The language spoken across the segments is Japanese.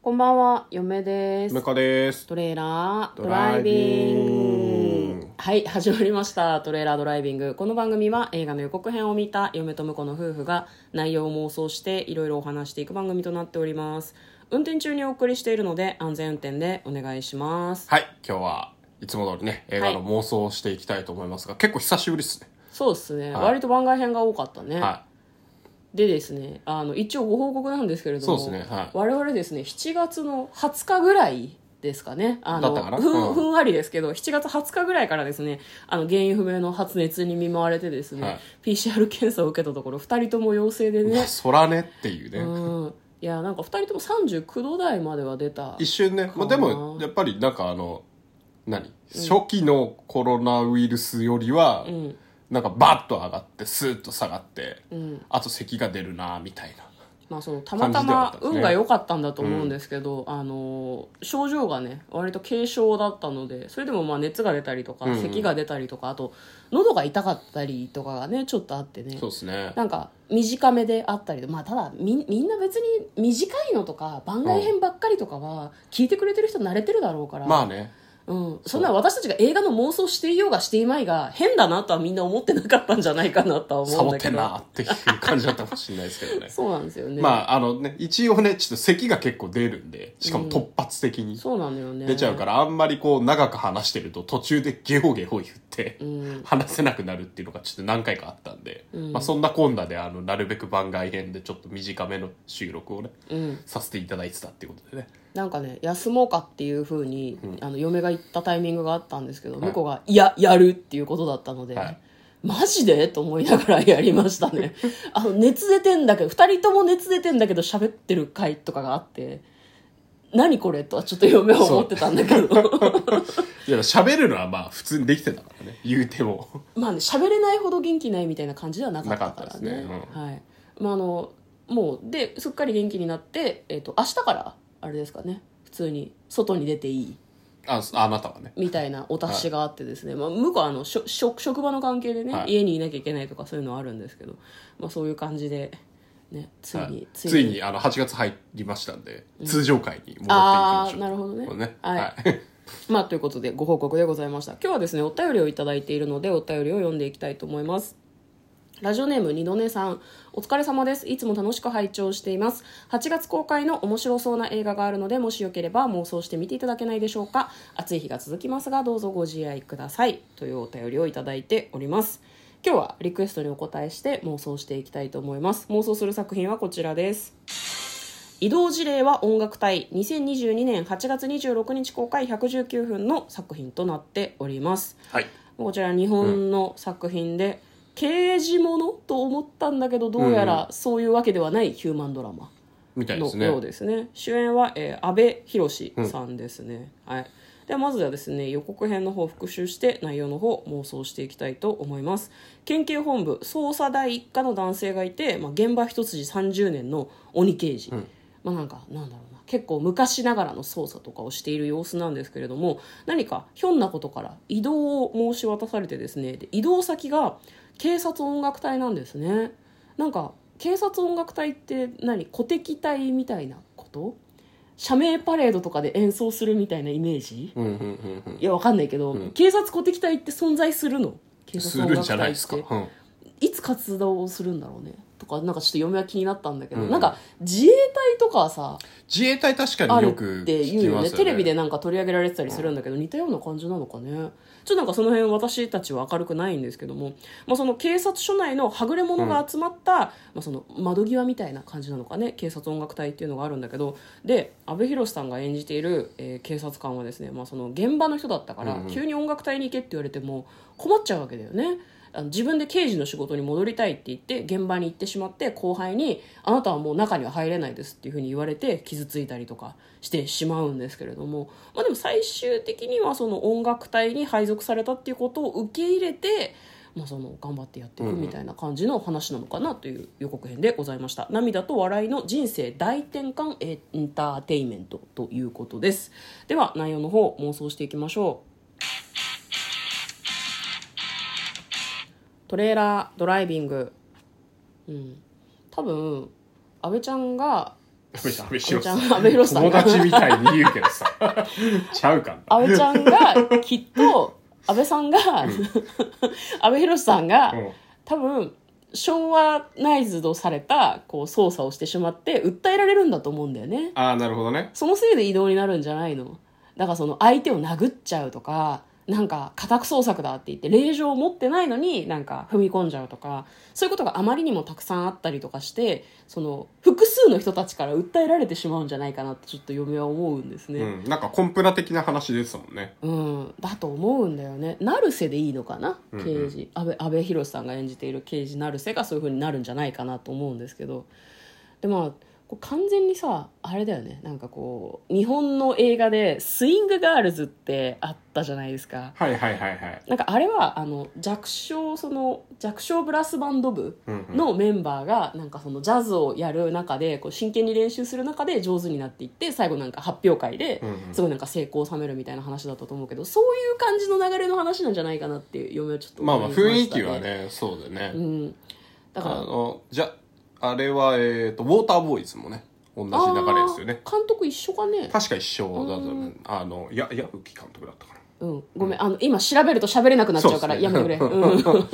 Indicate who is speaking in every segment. Speaker 1: こんばんは、嫁です
Speaker 2: ム。カです
Speaker 1: トレーラード
Speaker 2: ド
Speaker 1: ラ
Speaker 2: ラ
Speaker 1: イ
Speaker 2: イ
Speaker 1: ビ
Speaker 2: ビ
Speaker 1: ン
Speaker 2: ン
Speaker 1: グ
Speaker 2: グ。
Speaker 1: はい、始まりました。トレーラードライビング。この番組は映画の予告編を見た嫁と婿の夫婦が内容を妄想していろいろお話していく番組となっております。運転中にお送りしているので安全運転でお願いします。
Speaker 2: はい今日はいつも通りね映画の妄想をしていきたいと思いますが、結構久しぶりですね
Speaker 1: そうですね、
Speaker 2: はい
Speaker 1: 割と番外編が多かったね。
Speaker 2: は
Speaker 1: でですね、あの、一応ご報告なんですけれども、
Speaker 2: そうですねはい
Speaker 1: 我々ですね、7月の20日ぐらいですかね、あの、
Speaker 2: だったかな
Speaker 1: ふ
Speaker 2: うんん
Speaker 1: ふんわりですけど、7月20日ぐらいからですね、あの、原因不明の発熱に見舞われてですね、
Speaker 2: はい
Speaker 1: PCR 検査を受けたところ、2人とも陽性で
Speaker 2: い、
Speaker 1: ね、
Speaker 2: そらねっていうね、
Speaker 1: うん。いや、なんか2人とも39度台までは出た。
Speaker 2: 一瞬ね、まあ、でもやっぱりなんかあの何初期のコロナウイルスよりは、
Speaker 1: ん
Speaker 2: なんかバッと上がってスーッと下がって、
Speaker 1: うん
Speaker 2: あと咳が出るなみたいな
Speaker 1: まあ、そのたまた
Speaker 2: 感じではあっ
Speaker 1: ま
Speaker 2: たですね
Speaker 1: 運が良かったんだと思うんですけど、あの症状がね割と軽症だったのでそれでもまあ熱が出たりとか、
Speaker 2: うん
Speaker 1: 咳が出たりとかあと喉が痛かったりとかがねちょっとあってね
Speaker 2: そうですね
Speaker 1: なんか短めであったりとまあただみみんな別に短いのとか番外編ばっかりとかは聞いてくれてる人慣れてるだろうから、
Speaker 2: まあね
Speaker 1: うん、そんな私たちが映画の妄想していようがしていまいが変だなとはみんな思ってなかったんじゃないかなとは
Speaker 2: サ
Speaker 1: 思うんだ
Speaker 2: ボって
Speaker 1: け
Speaker 2: ん
Speaker 1: ど
Speaker 2: なっていう感じだったかもしれないですけどね
Speaker 1: そうなんですよね、
Speaker 2: まああのね一応ねちょっと咳が結構出るんでしかも突発的に
Speaker 1: そうなんだよね
Speaker 2: 出ちゃうから、あんまりこう長く話してると途中でゲホゲホ言って、
Speaker 1: ん
Speaker 2: 話せなくなるっていうのがちょっと何回かあったんで、まあそんなこんなであのなるべく番外編でちょっと短めの収録をね、
Speaker 1: ん
Speaker 2: させていただいてたっていうことでね
Speaker 1: なんかね休もうかっていうふうに、あの嫁が言ったタイミングがあったんですけど、
Speaker 2: はい
Speaker 1: 向こうが「いややる」っていうことだったので、
Speaker 2: はい
Speaker 1: マジでと思いながらやりました ねあの熱出てんだけど2人とも熱出てんだけど喋ってる回とかがあって何これとはちょっと嫁は思ってたんだけど
Speaker 2: いや喋るのはまあ普通にできてたからね言うても
Speaker 1: まあね喋れないほど元気ないみたいな感じではなかったから
Speaker 2: なかった
Speaker 1: ね
Speaker 2: ですね
Speaker 1: はいまああのもうですっかり元気になって、えっと明日からあれですかね普通に外に出ていい
Speaker 2: ああなたはね
Speaker 1: みたいなお達しがあってですね、まあ、向こうはあのしょ職職場の関係でね、
Speaker 2: はい
Speaker 1: 家にいなきゃいけないとかそういうのはあるんですけど、まあ、そういう感じで、ね、ついに、
Speaker 2: はい
Speaker 1: ついに
Speaker 2: ついにあの8月入りましたんで、通常回に戻っていきま
Speaker 1: あ
Speaker 2: しょ
Speaker 1: あ
Speaker 2: う
Speaker 1: なるほどね
Speaker 2: これね
Speaker 1: はい
Speaker 2: はい、
Speaker 1: まあ、ということでご報告でございました今日はですねお便りをいただいているのでお便りを読んでいきたいと思いますラジオネーム二度寝さんお疲れ様ですいつも楽しく拝聴しています8月公開の面白そうな映画があるのでもしよければ妄想して見ていただけないでしょうか暑い日が続きますがどうぞご自愛くださいというお便りをいただいております今日はリクエストにお答えして妄想していきたいと思います妄想する作品はこちらです移動事例は音楽隊2022年8月26日公開119分の作品となっております
Speaker 2: はい、
Speaker 1: こちら日本の作品で、刑事ものと思ったんだけどどうやらそういうわけではないヒューマンドラマ
Speaker 2: みたいです
Speaker 1: の
Speaker 2: ね
Speaker 1: ようですね主演は、えー、安倍博さんですね、はいではまずはですね予告編の方を復習して内容の方を妄想していきたいと思います県警本部捜査第一課の男性がいて、まあ、現場一筋30年の鬼刑事、まあなんかなんだろうな結構昔ながらの捜査とかをしている様子なんですけれども何かひょんなことから移動を申し渡されてですねで移動先が警察音楽隊なんですねなんか警察音楽隊って何鼓笛隊みたいなこと社名パレードとかで演奏するみたいなイメージ
Speaker 2: うんうんうんうん
Speaker 1: いやわかんないけど、警察鼓笛隊って存在するの警
Speaker 2: す
Speaker 1: 察音
Speaker 2: るん
Speaker 1: 楽
Speaker 2: じゃな
Speaker 1: 隊
Speaker 2: い
Speaker 1: っ
Speaker 2: ですか、
Speaker 1: て
Speaker 2: うん、
Speaker 1: いつ活動をするんだろうねとかなんかちょっと嫁は気になったんだけど、
Speaker 2: うん
Speaker 1: なんか自衛隊とかはさ
Speaker 2: 自衛隊確か
Speaker 1: あ
Speaker 2: に
Speaker 1: る
Speaker 2: よく
Speaker 1: って
Speaker 2: 聞
Speaker 1: 言う
Speaker 2: き
Speaker 1: よ
Speaker 2: ま
Speaker 1: ね
Speaker 2: すよね
Speaker 1: テレビでなんか取り上げられてたりするんだけど、似たような感じなのかねちょっとなんかその辺私たちは明るくないんですけども、まあ、その警察署内のはぐれ者が集まった、まあ、その窓際みたいな感じなのかね警察音楽隊っていうのがあるんだけどで阿部寛さんが演じている、えー警察官はですね、まあ、その現場の人だったから、
Speaker 2: うんうん
Speaker 1: 急に音楽隊に行けって言われても困っちゃうわけだよね。あの自分で刑事の仕事に戻りたいって言って現場に行ってしまって後輩に「あなたはもう中には入れないです」っていうふうに言われて傷ついたりとかしてしまうんですけれども、まあ、でも最終的にはその音楽隊に配属されたっていうことを受け入れて、まあ、その頑張ってやっていくみたいな感じの話なのかなという予告編でございました涙と笑いの人生大転換エンターテインメントということですでは内容の方妄想していきましょうトレーラードライビングうん多分阿部ちゃんが
Speaker 2: 安倍ちゃん安倍
Speaker 1: 安
Speaker 2: 博さ
Speaker 1: 倍ちゃん安倍博さん
Speaker 2: 友達みたいに言うけどさ ちゃうかな
Speaker 1: 安倍ちゃん がきっと安倍さんが、安倍博さんが、
Speaker 2: うん
Speaker 1: 多分昭和ナイズドされたこう操作をしてしまって訴えられるんだと思うんだよね
Speaker 2: ああなるほどね
Speaker 1: そのせいで異動になるんじゃないのだからその相手を殴っちゃうとかなんか家宅捜索だって言って令状を持ってないのになんか踏み込んじゃうとかそういうことがあまりにもたくさんあったりとかしてその複数の人たちから訴えられてしまうんじゃないかなってちょっと嫁は思うんです
Speaker 2: う
Speaker 1: ね、
Speaker 2: んなんかコンプラ的な話ですもんね
Speaker 1: うんだと思うんだよね成瀬でいいのかな
Speaker 2: うんうん
Speaker 1: 刑事、安倍安倍博さんが演じている刑事成瀬がそういう風になるんじゃないかなと思うんですけどでまあこう完全にさあれだよねなんかこう日本の映画で「スイングガールズ」ってあったじゃないですか。
Speaker 2: はいはいはいはい
Speaker 1: なんかあれはあの弱小その弱小ブラスバンド部
Speaker 2: うんうん
Speaker 1: のメンバーがなんかそのジャズをやる中でこう真剣に練習する中で上手になっていって最後なんか発表会で
Speaker 2: うんうん
Speaker 1: すごいなんか成功を収めるみたいな話だったと思うけどそういう感じの流れの話なんじゃないかなっていう嫁はちょっと
Speaker 2: まあまあ
Speaker 1: 思い
Speaker 2: 雰囲
Speaker 1: した
Speaker 2: 気はねそうだね、
Speaker 1: うんだか
Speaker 2: あ
Speaker 1: ら
Speaker 2: のじゃあれはえっ、とウォーターボーイズもね同じ流れですよね
Speaker 1: あー監督一緒かね
Speaker 2: 確か一緒だと思う、
Speaker 1: う
Speaker 2: あのや矢吹監督だったかな
Speaker 1: うんごめんあの今調べると喋れなくなっちゃうから
Speaker 2: そうっ
Speaker 1: や
Speaker 2: す
Speaker 1: め
Speaker 2: ね
Speaker 1: てくれうん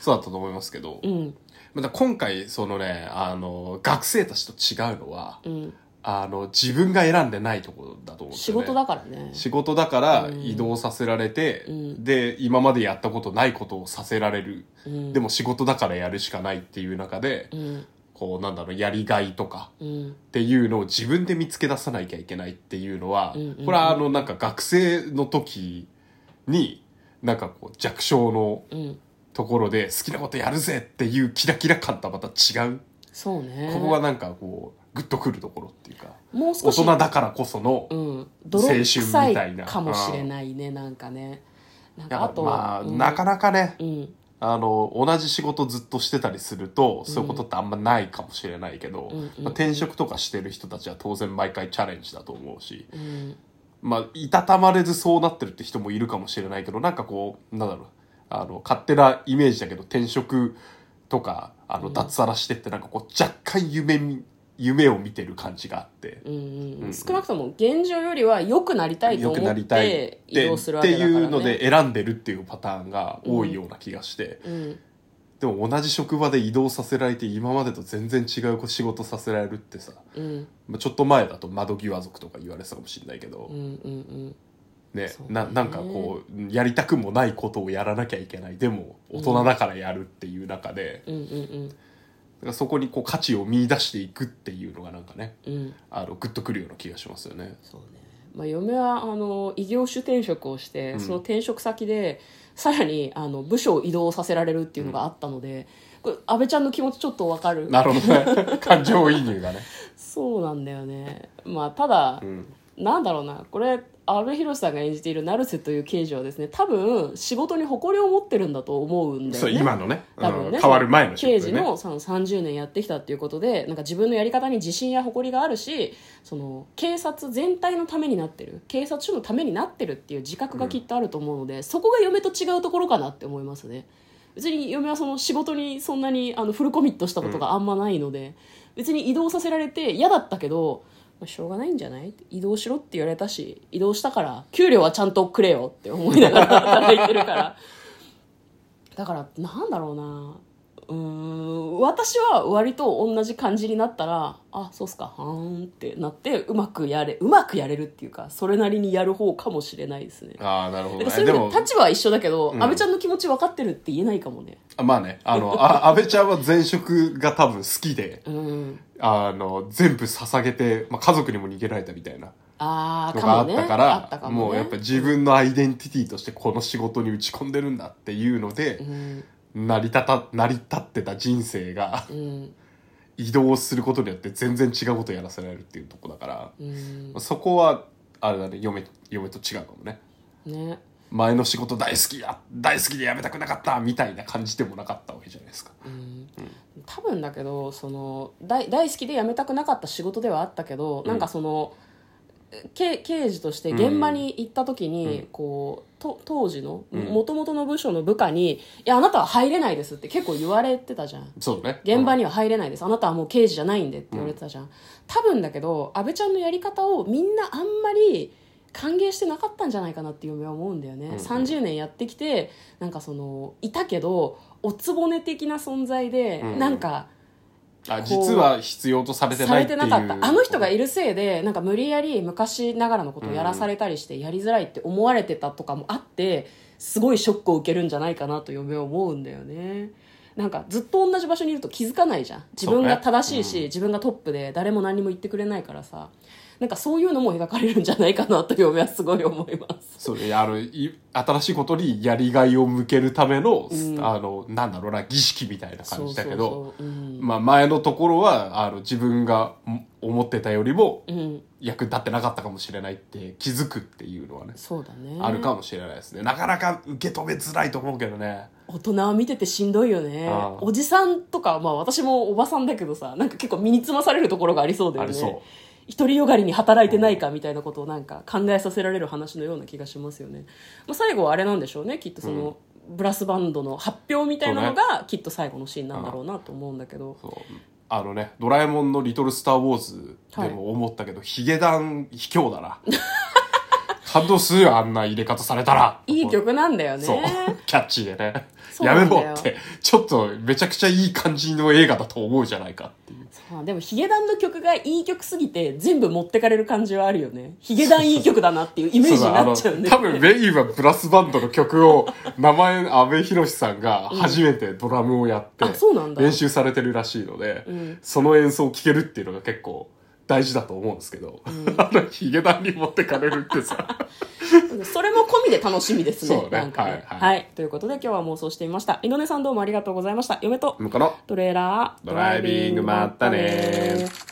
Speaker 2: そうだったと思いますけど、
Speaker 1: うん
Speaker 2: また今回そのねあの学生たちと違うのは
Speaker 1: うん
Speaker 2: あの自分が選んでないところだと思うんです
Speaker 1: 仕
Speaker 2: よね
Speaker 1: 事だからね
Speaker 2: 仕事だから
Speaker 1: うん
Speaker 2: 移動させられて、
Speaker 1: うん
Speaker 2: で今までやったことないことをさせられる、
Speaker 1: うん
Speaker 2: でも仕事だからやるしかないっていう中で、
Speaker 1: うん
Speaker 2: こうなんだろうやりがいとか
Speaker 1: うん
Speaker 2: っていうのを自分で見つけ出さなきゃいけないっていうのは、
Speaker 1: うんうんうん
Speaker 2: これはあのなんか学生の時になんかこう弱小の
Speaker 1: うん
Speaker 2: ところで好きなことやるぜっていうキラキラ感とはまた違う、
Speaker 1: そうね
Speaker 2: ここがなんかこうグッとくるところっていうか
Speaker 1: もう
Speaker 2: 大
Speaker 1: 少し
Speaker 2: 人だからこその、
Speaker 1: うん
Speaker 2: 青
Speaker 1: 泥
Speaker 2: 春み
Speaker 1: 臭
Speaker 2: たい
Speaker 1: い
Speaker 2: な
Speaker 1: かもしれないねなんかねなんかあと
Speaker 2: まあ、
Speaker 1: はうん
Speaker 2: なかなかね
Speaker 1: うん
Speaker 2: あの同じ仕事ずっとしてたりするとそういうことってあんまないかもしれないけど、
Speaker 1: うんうんうん
Speaker 2: まあ、転職とかしてる人たちは当然毎回チャレンジだと思うし、
Speaker 1: うん
Speaker 2: まあ、いたたまれずそうなってるって人もいるかもしれないけどなんかこうなんだろうあの勝手なイメージだけど転職とかあの脱サラしてってなんかこう若干夢み夢を見てる感じがあって。
Speaker 1: うんうん
Speaker 2: う
Speaker 1: うんん、少なくとも現状よりは良くなりたいと
Speaker 2: 良く
Speaker 1: 思
Speaker 2: な
Speaker 1: っ
Speaker 2: りたいって
Speaker 1: て移動するわ
Speaker 2: っ
Speaker 1: け
Speaker 2: て
Speaker 1: だか
Speaker 2: い
Speaker 1: ら、ね、
Speaker 2: うので選んでるっていうパターンが多いような気がして、
Speaker 1: うん、
Speaker 2: でも同じ職場で移動させられて今までと全然違う仕事させられるってさ
Speaker 1: うん
Speaker 2: まあちょっと前だと窓際族とか言われてたかもしれないけど
Speaker 1: うんう、ん
Speaker 2: ね
Speaker 1: そうだ
Speaker 2: な
Speaker 1: ね
Speaker 2: なんかこうやりたくもないことをやらなきゃいけないでも大人だからやるっていう中で、
Speaker 1: うんうんうん
Speaker 2: だからそこにこう価値を見出していくっていうのがなんかね
Speaker 1: うんうん
Speaker 2: あのグッとくるような気がしますよね。
Speaker 1: そうねまあ、嫁はあの異業種転職をして、
Speaker 2: うん
Speaker 1: その転職先でさらにあの部署を移動させられるっていうのがあったので、これ安倍ちゃんの気持ちちょっとわかる
Speaker 2: なるほどね感情移入がね。
Speaker 1: そうなんだよねまあた だ、
Speaker 2: うん
Speaker 1: なんだろうなこれ阿部寛さんが演じている成瀬という刑事はですね多分仕事に誇りを持ってるんだと思うんだよ
Speaker 2: そう
Speaker 1: ね
Speaker 2: 今のね
Speaker 1: 多分
Speaker 2: う
Speaker 1: ね、
Speaker 2: ん変わる前の仕事
Speaker 1: 刑
Speaker 2: で
Speaker 1: 事
Speaker 2: ね
Speaker 1: のその30年やってきたっていうことでなんか自分のやり方に自信や誇りがあるしその警察全体のためになってる警察署のためになってるっていう自覚がきっとあると思うので、そこが嫁と違うところかなって思いますね別に嫁はその仕事にそんなにあのフルコミットしたことがあんまないので、別に移動させられて嫌だったけどまあしょうがないんじゃない移動しろって言われたし移動したから給料はちゃんとくれよって思いながら働いてるから。だからなんだろうなうーん私は割と同じ感じになったらあそうっすかはーんってなってうまくやれうまくやれるっていうかそれなりにやる方かもしれないですね
Speaker 2: ああなるほど、
Speaker 1: それ
Speaker 2: ね、
Speaker 1: で
Speaker 2: で
Speaker 1: も
Speaker 2: も
Speaker 1: 立場は一緒だけど、
Speaker 2: うん
Speaker 1: 阿部ちゃんの気持ち分かってるって言えないかもね
Speaker 2: あまあね、あの、 あ、安倍ちゃんは前職が多分好きで、
Speaker 1: うん
Speaker 2: あの、全部捧げて、まあ、家族にも逃げられたみたいな
Speaker 1: ああ
Speaker 2: の
Speaker 1: か
Speaker 2: が
Speaker 1: も
Speaker 2: あっ
Speaker 1: ね
Speaker 2: たか
Speaker 1: あ
Speaker 2: ら、
Speaker 1: ったかもね
Speaker 2: もうやっぱ自分のアイデンティティとしてこの仕事に打ち込んでるんだっていうので
Speaker 1: う、ん
Speaker 2: 成り立た、成り立ってた人生が
Speaker 1: うん
Speaker 2: 移動することによって全然違うことをやらせられるっていうとこだから、
Speaker 1: うん
Speaker 2: まあそこは、あれだね、嫁、嫁と違うかもね。
Speaker 1: ね
Speaker 2: 前の仕事大好きや、大好きで辞めたくなかったみたいな感じでもなかったわけじゃないですか。
Speaker 1: うん多分だけどその大大好きで辞めたくなかった仕事ではあったけど、なんかそのけ刑事として現場に行った時に、こうと当時の
Speaker 2: うん
Speaker 1: もともとの部署の部下に「いやあなたは入れないです」って結構言われてたじゃん
Speaker 2: そうね
Speaker 1: 現場
Speaker 2: に
Speaker 1: には入れないです、あなたはもう刑事じゃないんでって言われてたじゃん、多分だけど安倍ちゃんのやり方をみんなあんまり歓迎してなかったんじゃないかなっていう夢は思うんだよね、
Speaker 2: うんうん
Speaker 1: 30年やってきてなんかそのいたけどおつぼね的な存在で、
Speaker 2: うんうん
Speaker 1: なんか
Speaker 2: あ実は必要とされて
Speaker 1: さ
Speaker 2: ない
Speaker 1: れ
Speaker 2: ってい
Speaker 1: て
Speaker 2: う
Speaker 1: なかったあの人がいるせいでなんか無理やり昔ながらのことをやらされたりしてやりづらいって思われてたとかもあってすごいショックを受けるんじゃないかなと嫁は思うんだよねなんかずっと同じ場所にいると気づかないじゃん自分が正しいし、
Speaker 2: そうねうん
Speaker 1: 自分がトップで誰も何も言ってくれないからさなんかそういうのも描かれるんじゃないかなと嫁はすごい思います
Speaker 2: そうねあのい新しいことにやりがいを向けるための、
Speaker 1: うん
Speaker 2: あのなんだろうな儀式みたいな感じだけど
Speaker 1: そうそうそううん、
Speaker 2: まあ、前のところはあの自分が思ってたよりも
Speaker 1: うん、
Speaker 2: 役立ってなかったかもしれないって気づくっていうのはね
Speaker 1: そうだね
Speaker 2: あるかもしれないですねなかなか受け止めづらいと思うけどね
Speaker 1: 大人は見ててしんどいよね
Speaker 2: ああ
Speaker 1: おじさんとか、まあ、私もおばさんだけどさなんか結構身につまされるところがありそうだ
Speaker 2: あ
Speaker 1: よ
Speaker 2: り
Speaker 1: ね
Speaker 2: そ
Speaker 1: 独りよがりに働いてないかみたいなことをなんか考えさせられる話のような気がしますよね、まあ、最後はあれなんでしょうねきっとその、ブラスバンドの発表みたいなのがきっと最後のシーンなんだろうなと思うんだけど
Speaker 2: うそうあのね「ドラえもんのリトル・スター・ウォーズ」でも思ったけど、ヒゲダン卑怯だな 感動するよあんな入れ方されたら
Speaker 1: いい曲なんだよね
Speaker 2: そうキャッチーでね
Speaker 1: そう
Speaker 2: や
Speaker 1: な
Speaker 2: め
Speaker 1: んだよ
Speaker 2: ろってちょっとめちゃくちゃいい感じの映画だと思うじゃないかっていう
Speaker 1: さあでもヒゲダンの曲がいい曲すぎて全部持ってかれる感じはあるよねヒゲダンいい曲だなっていうイメージになっちゃうんだよね
Speaker 2: そうだあの多分メインはブラスバンドの曲を名前阿部寛さんが初めてドラムをやって、
Speaker 1: あそうなんだ
Speaker 2: 練習されてるらしいので、
Speaker 1: ん
Speaker 2: その演奏を聴けるっていうのが結構大事だと思うんですけど、 あのヒゲダンに持ってかれるってさ
Speaker 1: それも込みで楽しみですね。
Speaker 2: そうね
Speaker 1: なんかね、は
Speaker 2: はいい
Speaker 1: は
Speaker 2: はい
Speaker 1: ということで今日は妄想してみました。井上さんどうもありがとうございました。嫁と
Speaker 2: 向こうの
Speaker 1: トレーラー、
Speaker 2: ドライビングまったねー